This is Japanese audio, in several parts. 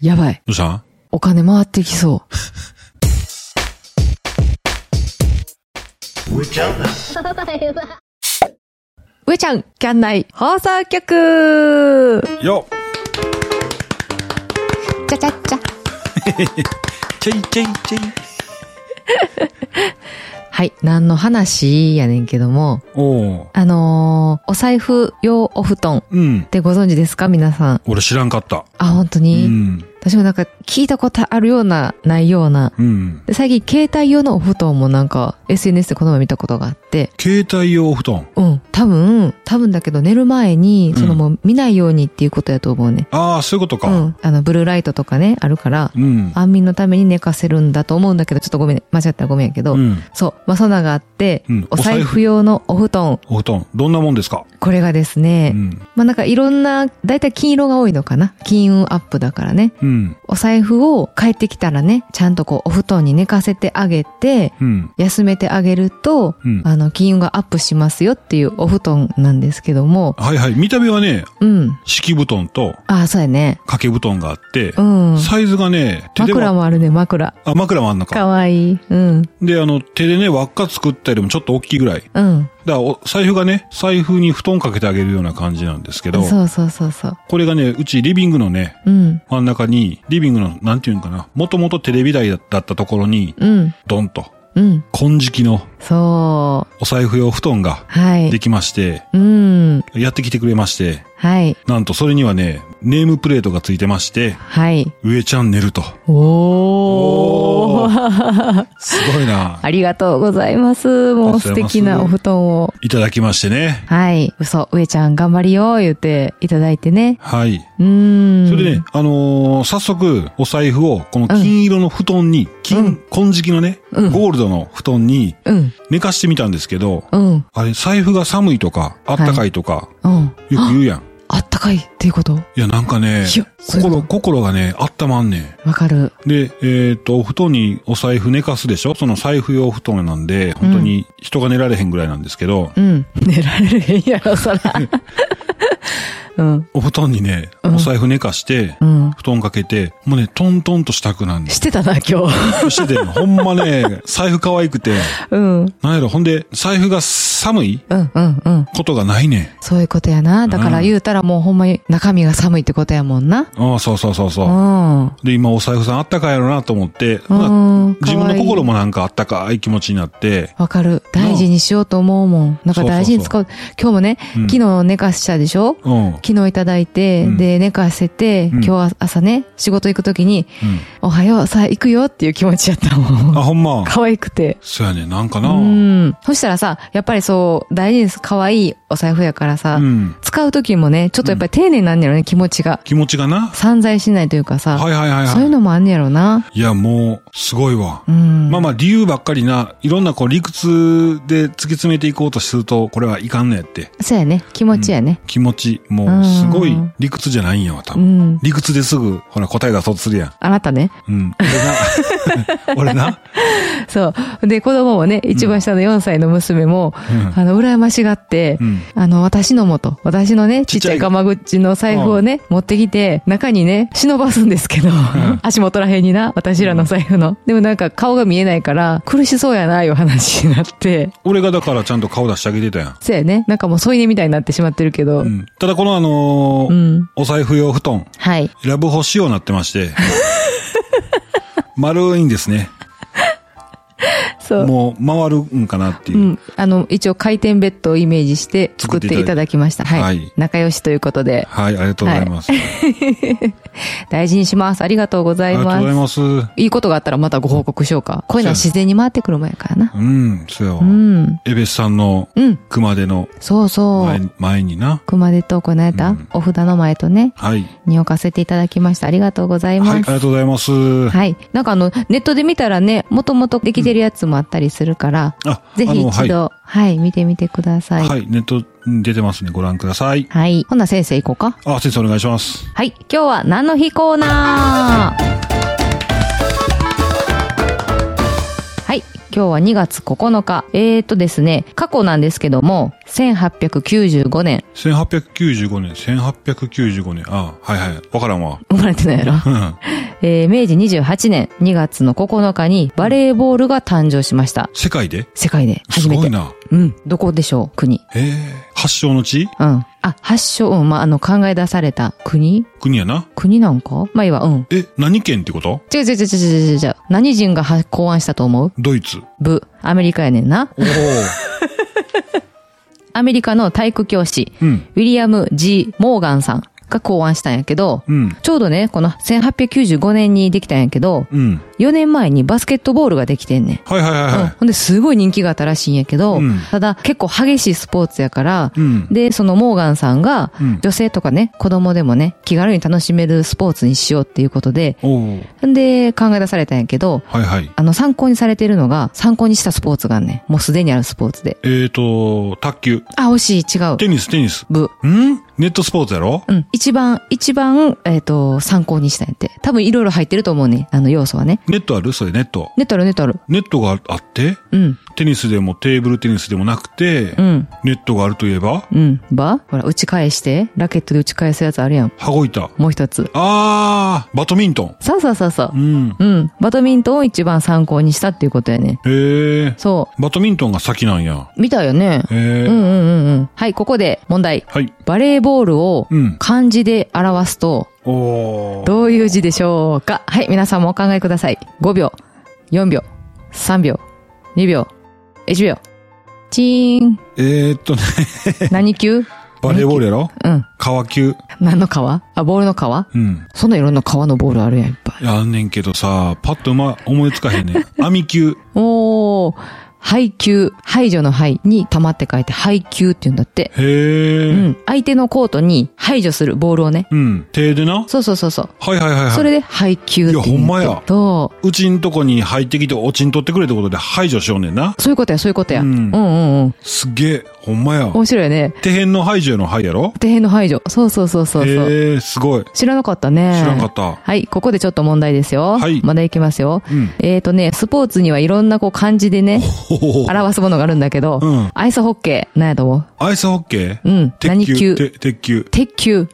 やばい。どうしたお金回ってきそう。 上ちゃん、キャン内放送局よちゃちゃちゃ。チェイチェイチェイはい、何の話やねんけども、おーあのーお財布用お布団っうん。てご存知ですか皆さん。俺知らんかった。あ、本当うに、ん。私もなんか聞いたことあるような、ないような。うん。で最近携帯用のお布団もなんか SNS でこの前見たことがあって、携帯用お布団。うん、多分、多分だけど寝る前に、そのもう見ないようにっていうことやと思うね。ああ、そういうことうか。ん、あの、ブルーライトとかね、あるから、うん。安眠のために寝かせるんだと思うんだけど、ちょっとごめん、ね、間違ったらごめんやけど、うん。そう、まあ、そんなのがあって、うんお財布用のお布団、お布団。どんなもんですかこれがですねう、ん。まあなんかいろんな、だいたい金色が多いのかな金運アップだからね。うん。お財布を帰ってきたらね、ちゃんとこうお布団に寝かせてあげて、うん。休めてあげると、うんあの、金運がアップしますよっていうお布団なんですけども、はいはい。見た目はね、うん。敷布団とああ、そうやね。掛け布団があってう、ん。サイズがね、手で枕も、もあるね、枕。あ、枕もあんのか。かわいい。うん。で、あの、手でね、輪っか作ったよりもちょっと大きいぐらい。だかうん。らお、財布がね、財布に布団かけてあげるような感じなんですけど、そうそうそうそう。これがね、うちリビングのね、うん。真ん中に、リビングの、なんていうんかな、もともとテレビ台だったところに、うん。ドンと、うん。金色のそう。お財布用布団がはでい。きまして、うん。やってきてくれまして、はい。なんとそれにはね、ネームプレートがついてまして、はい。上ちゃん寝ると。おおー。すごいな。ありがとうございます。もう素敵なお布団を。いただきましてね。はい。嘘、上ちゃん頑張りよ、言っていただいてね。はい。うーん。それでね、あのー早速、お財布を、この金色の布団に、うん金、金色のね、うんゴールドの布団にうん。寝かしてみたんですけど、うん。あれ、財布が寒いとか、あったかいとか、うん。よく言うやん。あったかいっていうこといや、なんかねいや、そういう心、心がね、温まんねん。わかる。で、えっ、と、お布団にお財布寝かすでしょその財布用布団なんで、本当に人が寝られへんぐらいなんですけど、うん。寝られるへんやろ、 そら。うん。お布団にね、うんお財布寝かして、うん。布団かけて、もうね、トントンとしたくなんねんしてたな、今日。してて、ほんまね、財布可愛くて、うん。うん、なんやろ、ほんで、財布が寒いうん、うん。ことがないねそういうことやな。だからうん言うたらもうほんまに中身が寒いってことやもんな。ん。ああ、そうそうそううそう。ん。で、今お財布さんあったかいやろなと思って、うまあん。自か分わのいい心もなんかあったかい気持ちになって、わかる。大事にしようと思うもん。なんか大事に使う。今日もね、うん昨日寝かしたでしょうん。うん。昨日いただいて、うんで、寝かせて、うん今日朝ね、仕事行くときに、おはよう、さあ行くよっていう気持ちやったもん。あ、ほんま。可愛くて。そうやね、なんかうな。うん。ん。そしたらさ、やっぱりそう、大事です。可愛いお財布やからさ、使うときもね、ちょっとやっぱり丁寧になんねやろね、気持ちが。気持ちがな。散財しないというかさ、はいはいはいそういうはのもあんねやろな。い。いや、もう、すごいわう。ん。まあまあ理由ばっかりな、いろんなこう理屈で突き詰めていこうとすると、これはいかんねって。そうやね。気持ちやね。気持ち、もうすごいうん理屈じゃないんやわ、多う分。ん。理屈ですぐ、ほら答え出そうとするやん。あなたね。うん。 俺な。俺な。そう。で、子供もね、一番下の4歳の娘も、あの、羨ましがってう、ん。あの、私のもと、私のね、ちちっっちちゃゃいい釜口の財布をね、持ってきて、中にね、忍ばすんですけど、 足元らへんにな、私らの財布の。でもなんか顔が見えないから、苦しそうやな、いう話になって、俺がだからちゃんと顔出してあげてたやん。そうやね、なんかもう添い寝みたいになってしまってるけど、うん。ただこのあのうーん。お財布用布団、はい。ラブホ仕様になってまして。丸いんですね。そう。もう回るんかなっていうう。ん。あの、一応回転ベッドをイメージして作っていただきました。はい。はい仲良しということで、はい、ありがとうございます。大事にします。ありがとうござあいりがとうまごすざい。ます。いいことがあったらまたご報告しようか。こういうのは自然に回ってくるもんやからな。うん、そうよう。ん。エベスさんのうん。熊手のそうそ前う。前にな。熊手とこの間、うんお札の前とね、はい。に置かせていただきました。ありがとうございはい、あまりす。がとうございます。はい。なんかあの、ネットで見たらね、もともとできてるやつもあったりするから、あ、ぜあひの一度、はい、見てみてくださ。はいい。は。はいい、ネットに出てますね。ご覧ください。ほな先生行こうか。あ、先生お願いします。はい。今日は何の日コーナーはい。今日は2月9日。えーとですね、過去なんですけども、1895年、 1895年、1895年。あ、はいはい。わからんわ。 生まれてないやろ。うんえー明治28年2月の9日にバレーボールが誕生しました。世界で世界です初めごいて。な。うん。どこでしょう国。へえ。発祥の地うん。あ、発祥、うん。まあ、あの、考え出された国国やな。国なんかまあ、いいわ、うん。え、何県ってこと違う違う違う違う違う違う。何人がは考案したと思うドイツ。ブ。アメリカやねんな。おお。アメリカの体育教師、うん。ウィリアム・ G ・モーガンさんが考案したんやけど、うん。ちょうどね、この1895年にできたんやけど、うん。 4年前にバスケットボールができてんねん。はいはいはいうんはほんですごい人気があったらしいんやけど、うんただ結構激しいスポーツやから、い。うん。で、そのモーガンさんが、うん。女性とかね、子供でもね、気軽に楽しめるスポーツにしようっていうことで、おお。んで、考え出されたんやけど、はいはい。あの、参考にされてるのが、参考にしたスポーツがあんねん。もうすでにあるスポーツで。えーと、卓球。あ、惜しい、違う。テニス、テニス。部。んネットスポーツやろうん。一番、一番、えっ、と、参考にしたんやって。多分いろいろ入ってると思うね。あの、要素はね。ネットあるそれネット。ネタルネタル。ネットがあってうん。テニスでもテーブルテニスでもなくて、うん。ネットがあるといえばうん。ばほら、打ち返して。ラケットで打ち返すやつあるやん。羽子板。もう一つ。あー、バドミントン。そうそうそうそうう。ん。うん。バドミントンを一番参考にしたっていうことやね。へー。そバドミントンが先なんや。う。みたいよね。へうんうんうー。んうん。はい、ここで問題。はい。バレーボールをうん。漢字で表すと、おー。どういう字でしょうかはい、皆さんもお考えください。5秒、4秒、3秒、2秒、1秒。チー ン。えーっとね、何球バレーボールやろうん。川球。何の皮あ、ボールの皮うん。そんないろんな皮のボールあるやん、いっぱい。いやあんねんけどさ、パッとうま、思いつかへんね ん。網球。おー。配球。排除の排に玉って書いて配球って言うんだって。へー。う。ん。相手のコートに排除するボールをね。うん。手でな。そうそうそうそう。はいはいはいはい。それで配球って言うんだって。いやほんまやそうちんとこに入ってきて、おちん取ってくれってことで排除しようねんな。う。そういうことや、そういうことや。ううんん、うん、うんうん。すっげえ、ほんまや。底面白いね。辺の排除の排やろ底辺の排除。そうそうそうそうそう。へえ、すごい。知知らなかったね。らんかった。はい、ここでちょっと問題ですよ。はいまだいきますよ。うん。えーとね、スポーツにはいろんなこう漢字でね、ほほほ。表すものがあるんだけど、うん。アイスホッケー、何やと思アイスホッケうーうん。何鉄球。球て鉄球。鉄球。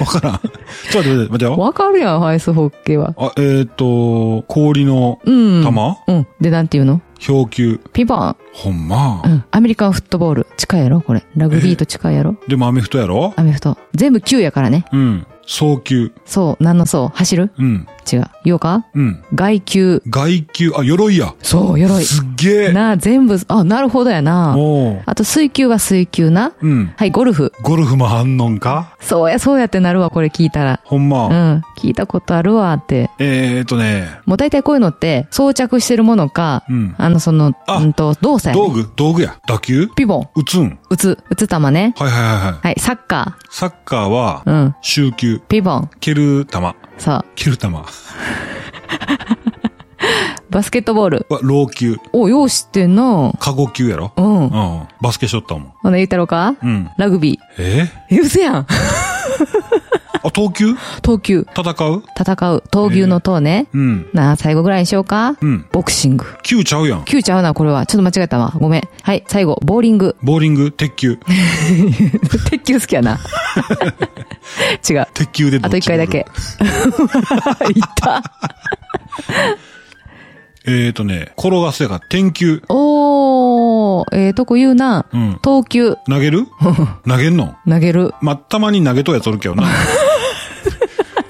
わから ん。ちょっと待って、待ってよ。わかるやん、アイスホッケーは。あ、えーっと、氷のうん。玉うん。で、なんていうの氷球。ピンポン。ほんまう。ん。アメリカンフットボール。近いやろこれ。ラグビーと近いやろでもアメフトやろアメフト。全部球やからね。うん。送球。そう。何のそう走るうん。違う。言おうかうん。外球。外球。あ、鎧や。そう、鎧。すっげえ。なあ、全部、あ、なるほどやな。おう。あと、水球は水球な。うん。はい、ゴルフ。ゴルフも反応かそうや、そうやってなるわ、これ聞いたら。ほんま。うん。聞いたことあるわって。えーっとね、もう大体こういうのって、装着してるものか、うん。あの、その、あうんと、動作や、道ね。具道具や。打球ピボン。打つん。打つ。打つ球ね。はいはいはいはい。はい、サッカサッカーは、ー。うん。蹴球。ピボン。蹴る球。さ蹴る球。は、あ、バスケットボール。老球。お、よう知ってんな過呼球やろう。うんん。バスケしとったもん。ほな、言うたろうかうん。ラグビー。ええ、嘘やん。あ、投球投球。戦う戦う。闘牛の闘ね。うん。なあ、最後ぐらいにしようかうん。ボクシング。球ちゃうやん。 9ちゃうな、これは。ちょっと間違えたわ。ごめん。はい、最後、ボーリング。ボーリング、鉄球。鉄球好きや な。違う。鉄球でどあっちと一回だけ。い った。えーとね、転がすやから、転球。おー、ええとこ言うな。うん。投球、投げ る投げんの投げる。まあ、たまに投げとうやつおるけどな。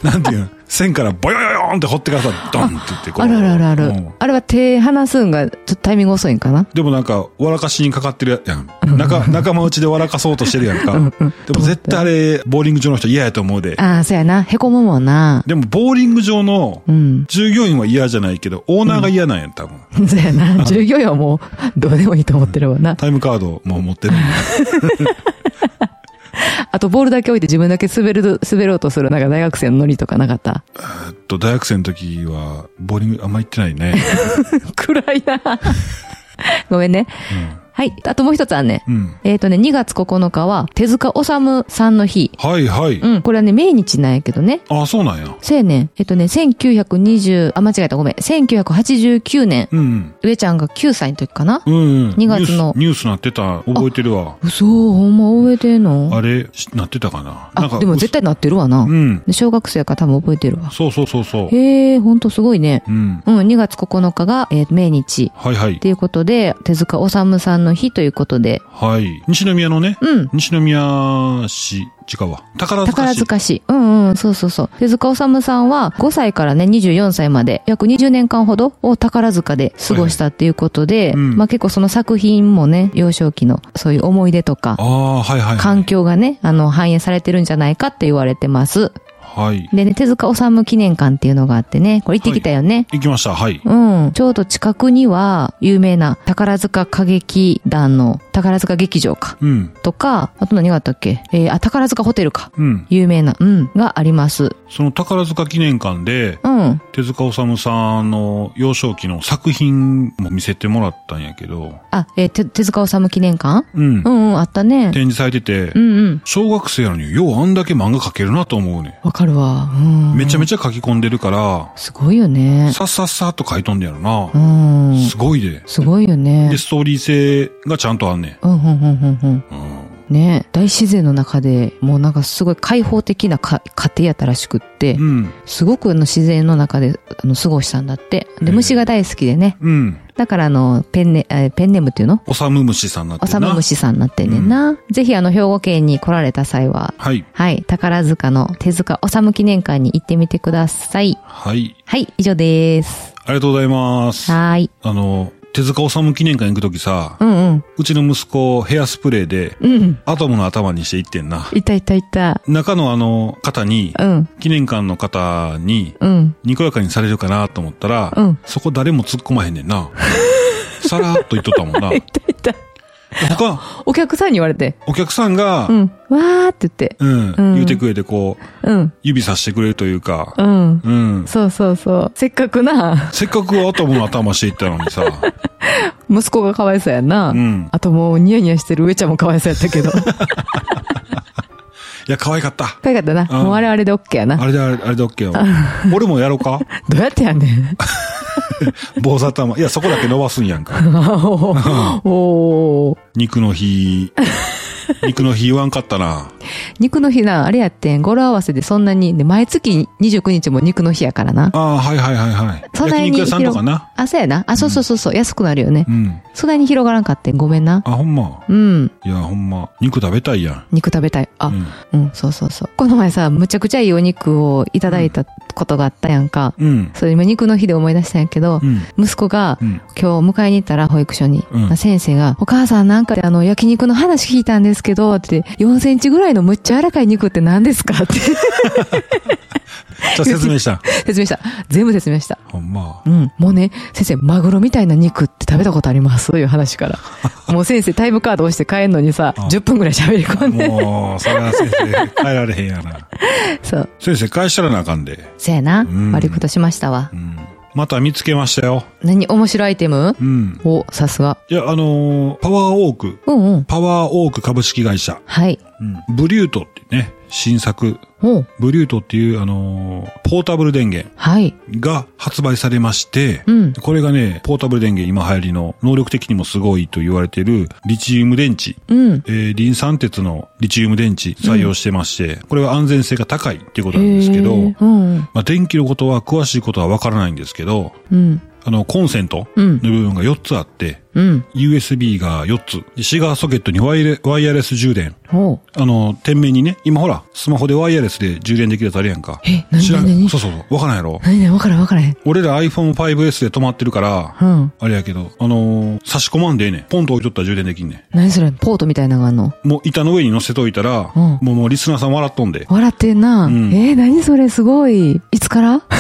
なんていうん線からボヨヨヨーンって掘ってからさ、ドンって言ってこう。あるあるあるある。うんあれは手離すんが、ちょっとタイミング遅いんかな。でもなんか、笑かしにかかってるやん。仲、仲間内で笑かそうとしてるやんか。でも絶対あれ、ボーリング場の人嫌やと思うで。ああ、そうやな。へこむもんな。 でも、ボーリング場のうん。従業員は嫌じゃないけど、オーナーが嫌なんやん、多分。そうやな。従業員はもう、どうでもいいと思ってるわな。タイムカードも持ってるんで。あと、ボールだけ置いて自分だけ滑る、滑ろうとする、なんか大学生のノリとかなかった。えっと、大学生の時 は、ボーリングあんま行ってないね。暗いな。ごめんね。うんはい。あともう一つあんねん。うん。えっ、とね、2月9日は手塚治虫さんの日。はいはい。うん。これはね、命日なんやけどね。あ、そうなんや。せやねん。えっ、とね、1920、あ、間違えた。ごめん。1989年。うん。上ちゃんが9歳の時かなうんうん。 2月のニュースニュースなってた。覚えてるわ。嘘、ほんま覚えてんのあれ、しなってたかな。なんあ、か、でも絶対なってるわなう。ん。で小学生やから多分覚えてるわ。そうそうそうそう。へえ、ほんとすごいね。うん。うん、2月9日が、えー、命日。はいはいっ。ていうことで、手塚治虫さんの日ということで、はい。西宮のね、うん。西宮市、違うわ。宝塚宝市。塚市。うんうん、そうそうそう。手塚治虫さんは5歳からね、24歳まで、約20年間ほどを宝塚で過ごしたっていうことで、はいうんまあ結構その作品もね、幼少期のそういう思い出とか、ああー、はいはい。環境がね、あの、反映されてるんじゃないかって言われてます。はい。でね、手塚治虫記念館っていうのがあってね、これ行ってきたよね。行きました。はい。うん。ちょうど近くには、有名な宝塚歌劇団の宝塚劇場か。うん。とか、あと何があったっけえー、あ、宝塚ホテルか。うん。有名な、うん、があります。その宝塚記念館で、うん。手塚治虫さんの幼少期の作品も見せてもらったんやけど、あ、えーて手塚治虫記念館うんう。んうん、あったね。展示されててう、んうん。小学生なのにようあんだけ漫画描けるなと思うね。わかるわ。うん。めちゃめちゃ書き込んでるから、すごいよね。さっさっさっと書いとんねやろうな。ん。すごいで。すごいよねで、。ストーリー性がちゃんとあんねうん、うん、うん、うん、うん。ん。うん。ね大自然の中で、もうなんかすごい開放的なか家庭やったらしくって、うん。すごくあの自然の中であの過ごしたんだって。で、うん虫が大好きでね。うん。だからあの、ペンネ、えーペンネームっていうのおさむむしさんになっておるな。さむ虫さんになってんねんな。ぜひあの、兵庫県に来られた際は、はい。はい、宝塚の手塚治虫記念館に行ってみてください。はい。はい、以上です。ありがとうございます。あはーい。の、手塚治虫記念館行くときさ、うんうん。うちの息子ヘアスプレーで、うん。アトムの頭にして行ってんな。いたいたいた。中のあの方に、うん。記念館の方に、うん。にこやかにされるかなと思ったら、うんそこ誰も突っ込まへんねんな。さらーっと言っとったもんな。 いたいた。他、お客さんに言われて。お客さんが、ううん、ん。わーって言って。うん言うてくれて、こう、うん。指さしてくれるというか、うん。うん。そうそうそう。せっかくな、せっかくアトムの頭していったのに さ、息子がかわいそうやな。うん。あともうニヤニヤしてる上ちゃんもかわいそうやった けど。かいや、可愛かった。わいかったな。うんもうあれあれでオッケーやな。あれであれあれで OK よ。俺もやろうかどうやってやんね ん。坊主頭。いや、そこだけ伸ばすんやんか。 おー。肉の 日。肉の日言わんかったな。肉の日な、あれやってん。語呂合わせでそんなに、で毎月29日も肉の日やからな。ああ、はいはいはいはい。そんな焼に肉屋さんとかな。あ、そうやな。あ、そうそうそうそう。安くなるよねう。ん。そんなに広がらんかってん。ごめんな。あ、ほんま。うん。いや、ほんま。肉食べたいやん。肉食べたい。あ、うんうん、そうそうそう。この前さ、むちゃくちゃいいお肉をいただいたことがあったやんか。うん。それ今肉の日で思い出したんやけどう、ん。息子が、うん。今日迎えに行ったら保育所に、うん先生が、お母さんなんかあの焼肉の話聞いたんですけど、って、4センチぐらいのむっちゃ柔らかい肉って何ですかって じゃあ説明した。説明した。全部説明した。ほんまう。ん。もうね、先生、マグロみたいな肉って食べたことありますという話 から。もう先生、タイムカード押して帰んのにさ、あ10分ぐらい喋り込んで。もう、それは先生、帰られへんやな。そう。先生、返したらなあかんで。せやな。ん悪いことしましたわう。ん。また見つけましたよ。何面白いアイテムうん。お、さすが。いや、あのーパワーオーク。うんうん。パワーオーク株式会社。はい。うん。ブリュートっていうね、新作。おうブリュートっていう、あのーポータブル電源はい。が発売されまして、うんこれがね、ポータブル電源今流行りの、能力的にもすごいと言われてる、リチウム電池。うん。えー、リン酸鉄のリチウム電池採用してまして、これは安全性が高いっていうことなんですけへどー、うんまあ、電気のことは詳しいことはわからないんですけど、うん。あの、コンセントうのん部分が4つあって、うん。うん。 USB が4つ、でシガーソケットにワイレワイヤレス充電、おうあの、店名にね、今ほら、スマホでワイヤレスで充電できるやつあるやんか。え何知らん何そうそうそう、わからんやろ。何々わからんわからへん。俺ら iPhone5S で止まってるから、うん。あれやけど、あのー差し込まんでええねん。ポンと置いとったら充電できんねん。何それポートみたいなのがあんのもう板の上に乗せといたら、うんもうもうリスナーさん笑っと んで。笑ってんな。うんえー、何それすごい。いつから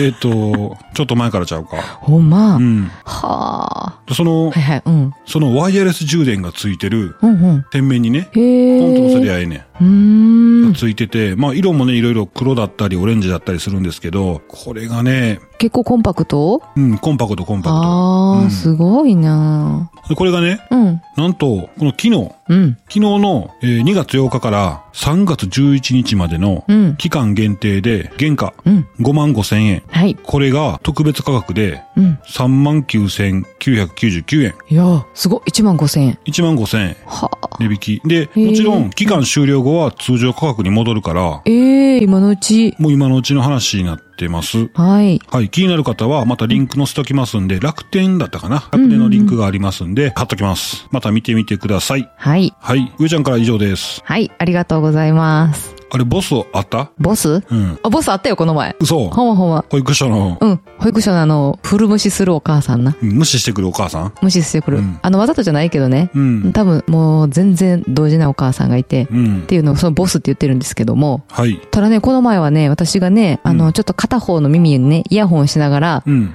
えっ、と、ちょっと前からちゃうか。ほんま。うん。はあ。そのは、いはい。うん。そのワイヤレス充電がついてるうんうん。店面にね、へポえ。ンと押せりゃええねうーん。ついてて、まあ色もね、いろいろ黒だったりオレンジだったりするんですけど、これがね、結構コンパクトうん、コンパクトコンパクああ、うんすごいなト。でこれがね、うん。なんと、この昨日、うん。昨日のえー2月8日から3月11日までのうん期間限定で、原価うん。 5万5千円。はい。これが特別価格でうん。 3万99,999円。いやーすごい。1万5千円。 1万5千円はあ。値引き。で、もちろへん期間終了後は通常価格に戻るから、ええ今のうち。もう今のうちの話になってます。はい。はい。気になる方は、またリンク載せときますんで、楽天だったかな楽天のリンクがありますんで、貼っときます。また見てみてください。はい。はい。上ちゃんから以上です。はい。ありがとうございます。あれ、ボスあったボスうん。あ、ボスあったよ、この前。嘘ほんまほんま。保育所の、うん。保育所のあの、古無視するお母さんな。無視してくるお母さん無視してくる。うんあの、わざとじゃないけどね。うん。多分、もう全然同時なお母さんがいて。うんっ。ていうのを、そのボスって言ってるんですけども。はい。ただね、この前はね、私がね、あの、ちょっと片方の耳にね、イヤホンしながら、 うん。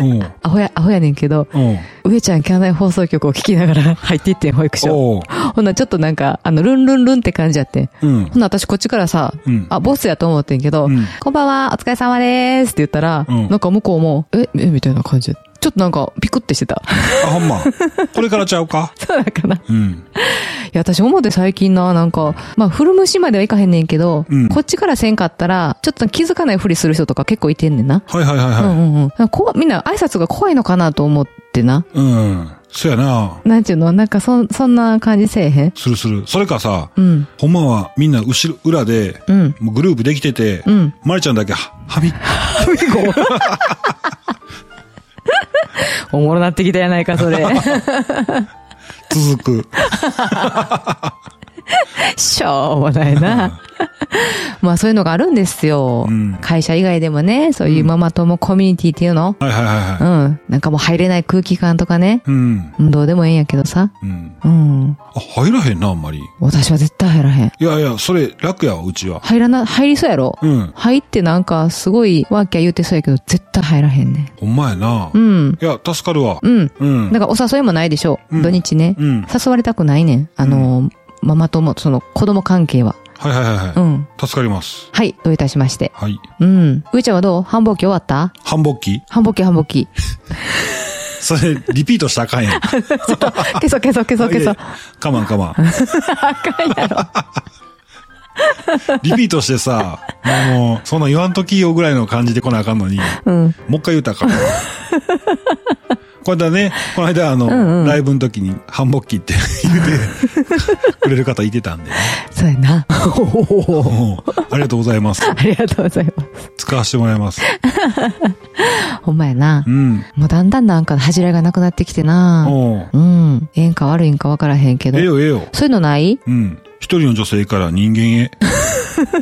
おうアホや、アホやねんけど、おう上ちゃんキャンナイ放送局を聞きながら 入っていってん、保育所。おうほんならちょっとなんか、あの、ルンルンルンって感じやってん。うんほ。んなら私こっちからさ、うん。あ、ボスやと思ってんけど、うんこんばんは、お疲れ様でーすって言ったら、うんなんか向こうも、え、え、みたいな感じで。ちょっとなんか、ピクってしてた。 あ、ほん ま。これからちゃうかそうなんかな。いうん。や、私思って最近な、なんか、まあ、古虫まではいかへんねんけど、うんこっちからせんかったら、ちょっと気づかないふりする人とか結構いてんねんな。はいはいはういはんうんうん。なんかこうみんな挨拶が怖いのかなと思ってな。い。うん。そやな。なんちゅうのなんかそん、そんな感じせえへんするする。それかさ、うん。ほんまはみんな後ろ、裏で、うん。もうグループできてて、うん。マリちゃんだけは、はみ、おもろなってきたやないか、それ。続く。 しょうもない な。まあそういうのがあるんですよ。うん会社以外でもね、そういうママ友コミュニティっていうの、はいはいはいうはい。ん、なんかもう入れない空気感とかね。うん。うんどうでもええんやけどさ。うん。うん。あ、入らへんな、あんまり。私は絶対入らへん。いやいや、それ楽やわ、うちは。入らな、入りそうやろ、うん。入ってなんかすごいワーキャー言うてそうやけど、絶対入らへんね。ほんまやなう。ん。いや、助かるわ。うん。うん。だからお誘いもないでしょ、うん土日ね。うん。はい誘われたくないねん。あのーママ友、その子供関係は。はいはいはうん。い。助かります。はい、どういたしまして。はい。うん。うーちゃんはどう繁忙期終わった繁忙期繁忙期繁忙期。それ、リピートしたらあかんやん。消そう消そう 消そう消そう。 かまんかまん。あかんやろ。リピートしてさ、もう、そんな言わんときよぐらいの感じで来なあかんのに。うん。もう一回言うたら あかんわ。これだね、この間あの、んうんライブの時に繁忙期って 言ってくれる方いてたん で、ね、そうやな。もうありがとうございます。ありがとうございま使わせてもらいます。す。ほんまやなう。ん。もうだんだんなんか恥じらいがなくなってきてな。おううん。ええんか悪いんかわからへんけどええ。よええよ。そういうのないうん。一人の女性から人間へ。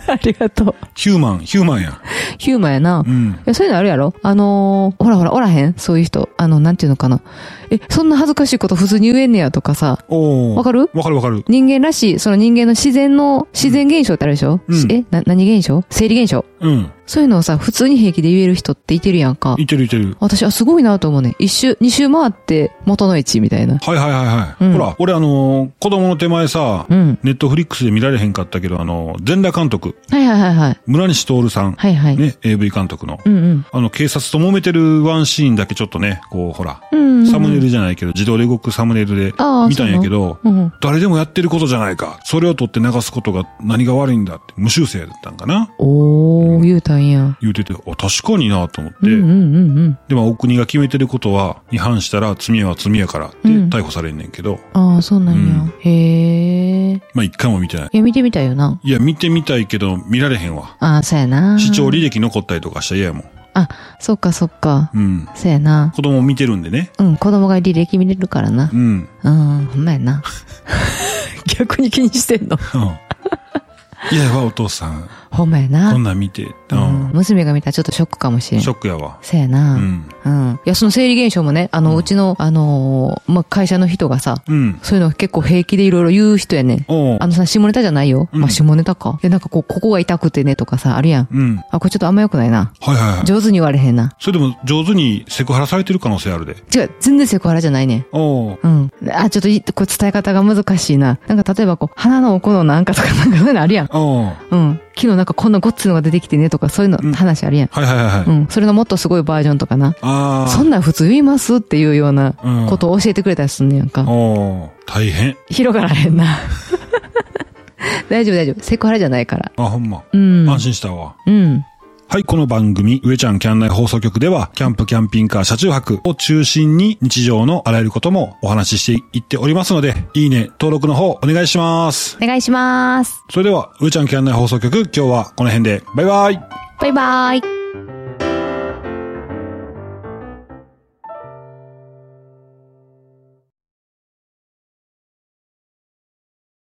ありがとう。ヒューマン、ヒューマンや。ヒューマンやなう。ん。いや、そういうのあるやろあのー、ほらほら、おらへんそういう人。あの、なんていうのかな。え、そんな恥ずかしいこと普通に言えんねやとかさ。おうわかるわかるわかる。人間らしい、その人間の自然の、自然現象ってあるでしょ、うんえな、何現象生理現象うん。そういうのをさ、普通に平気で言える人っていてるやんか。いてるいてる。私はすごいなと思うね。一周、二周回って元の位置みたいな。はいはいはいはい。うんほら、俺あのー子供の手前さ、うん。ネットフリックスで見られへんかったけど、あのー、全裸監督、はいはいはいはい。村西徹さん、はいはい。ね、AV 監督の。うんうん。あの、警察と揉めてるワンシーンだけちょっとね、こう、ほら、うん、うん。サムネイルじゃないけど、自動で動くサムネイルでああ見たんやけど、そうなのうん。誰でもやってることじゃないか。それを取って流すことが何が悪いんだって、無修正だったんかなおー、言うたんや。言うてて、あ、確かになと思って、うんうんうんうん。で、まあ、お国が決めてることは、違反したら罪は罪やからってうん逮捕されんねんけど、ああ、そうなんや。うんへえ。いまあ、一回も見てない。や、見てみたいよな。いや、見てみたいけど、見られへんわ。ああ、そうやな。視聴履歴残ったりとかしたら嫌やもん。あ、そっかそっか。うん。そうやな。子供見てるんでね。うん、子供が履歴見れるからなう。ん。 うん、ほんまやな。 逆に気にしてんの。うんいや、わお父さん、ほんまやこんな。なん見て。うん娘が見たらちょっとショックかもしれんシ。ョックやわ。そやな。ううん。ん。いや、その生理現象もね、あの、うちの、あのーまあ、会社の人がさ、うん。そういうの結構平気でいろいろ言う人やねん。おうあのさ、下ネタじゃないよ。うんまあ、下ネタか。いや、なんかこう、ここが痛くてねとかさ、あるやん。うん。はいあ、これちょっとあんま良くないな。はいはい。上手に言われへんな。それでも上手にセクハラされてる可能性あるで。違う、全然セクハラじゃないねん。おううん。あ、ちょっといこう伝え方が難しいな。なんか例えばこう、鼻の奥のなんかとか、なんかそういうのあるやん。おうはうん。昨日なんかこんなごっついのが出てきてねとか、そういううんの話あるやん。いはいはいはい。うん。それのもっとすごいバージョンとかな。ああ。そんなん普通言いますっていうようなうんことを教えてくれたりすんねやんか。おう大変。広がらへん な。大丈夫大丈夫。セクハラじゃないから。あ、ほんま。うん。安心したわ。うん。はい、この番組、上ちゃんキャン内放送局では、キャンプ、キャンピングカー、車中泊を中心に日常のあらゆることもお話ししていっておりますので、いいね、登録の方お願いします。お願いします。それでは、上ちゃんキャン内放送局、今日はこの辺で、バイバイバイバイ。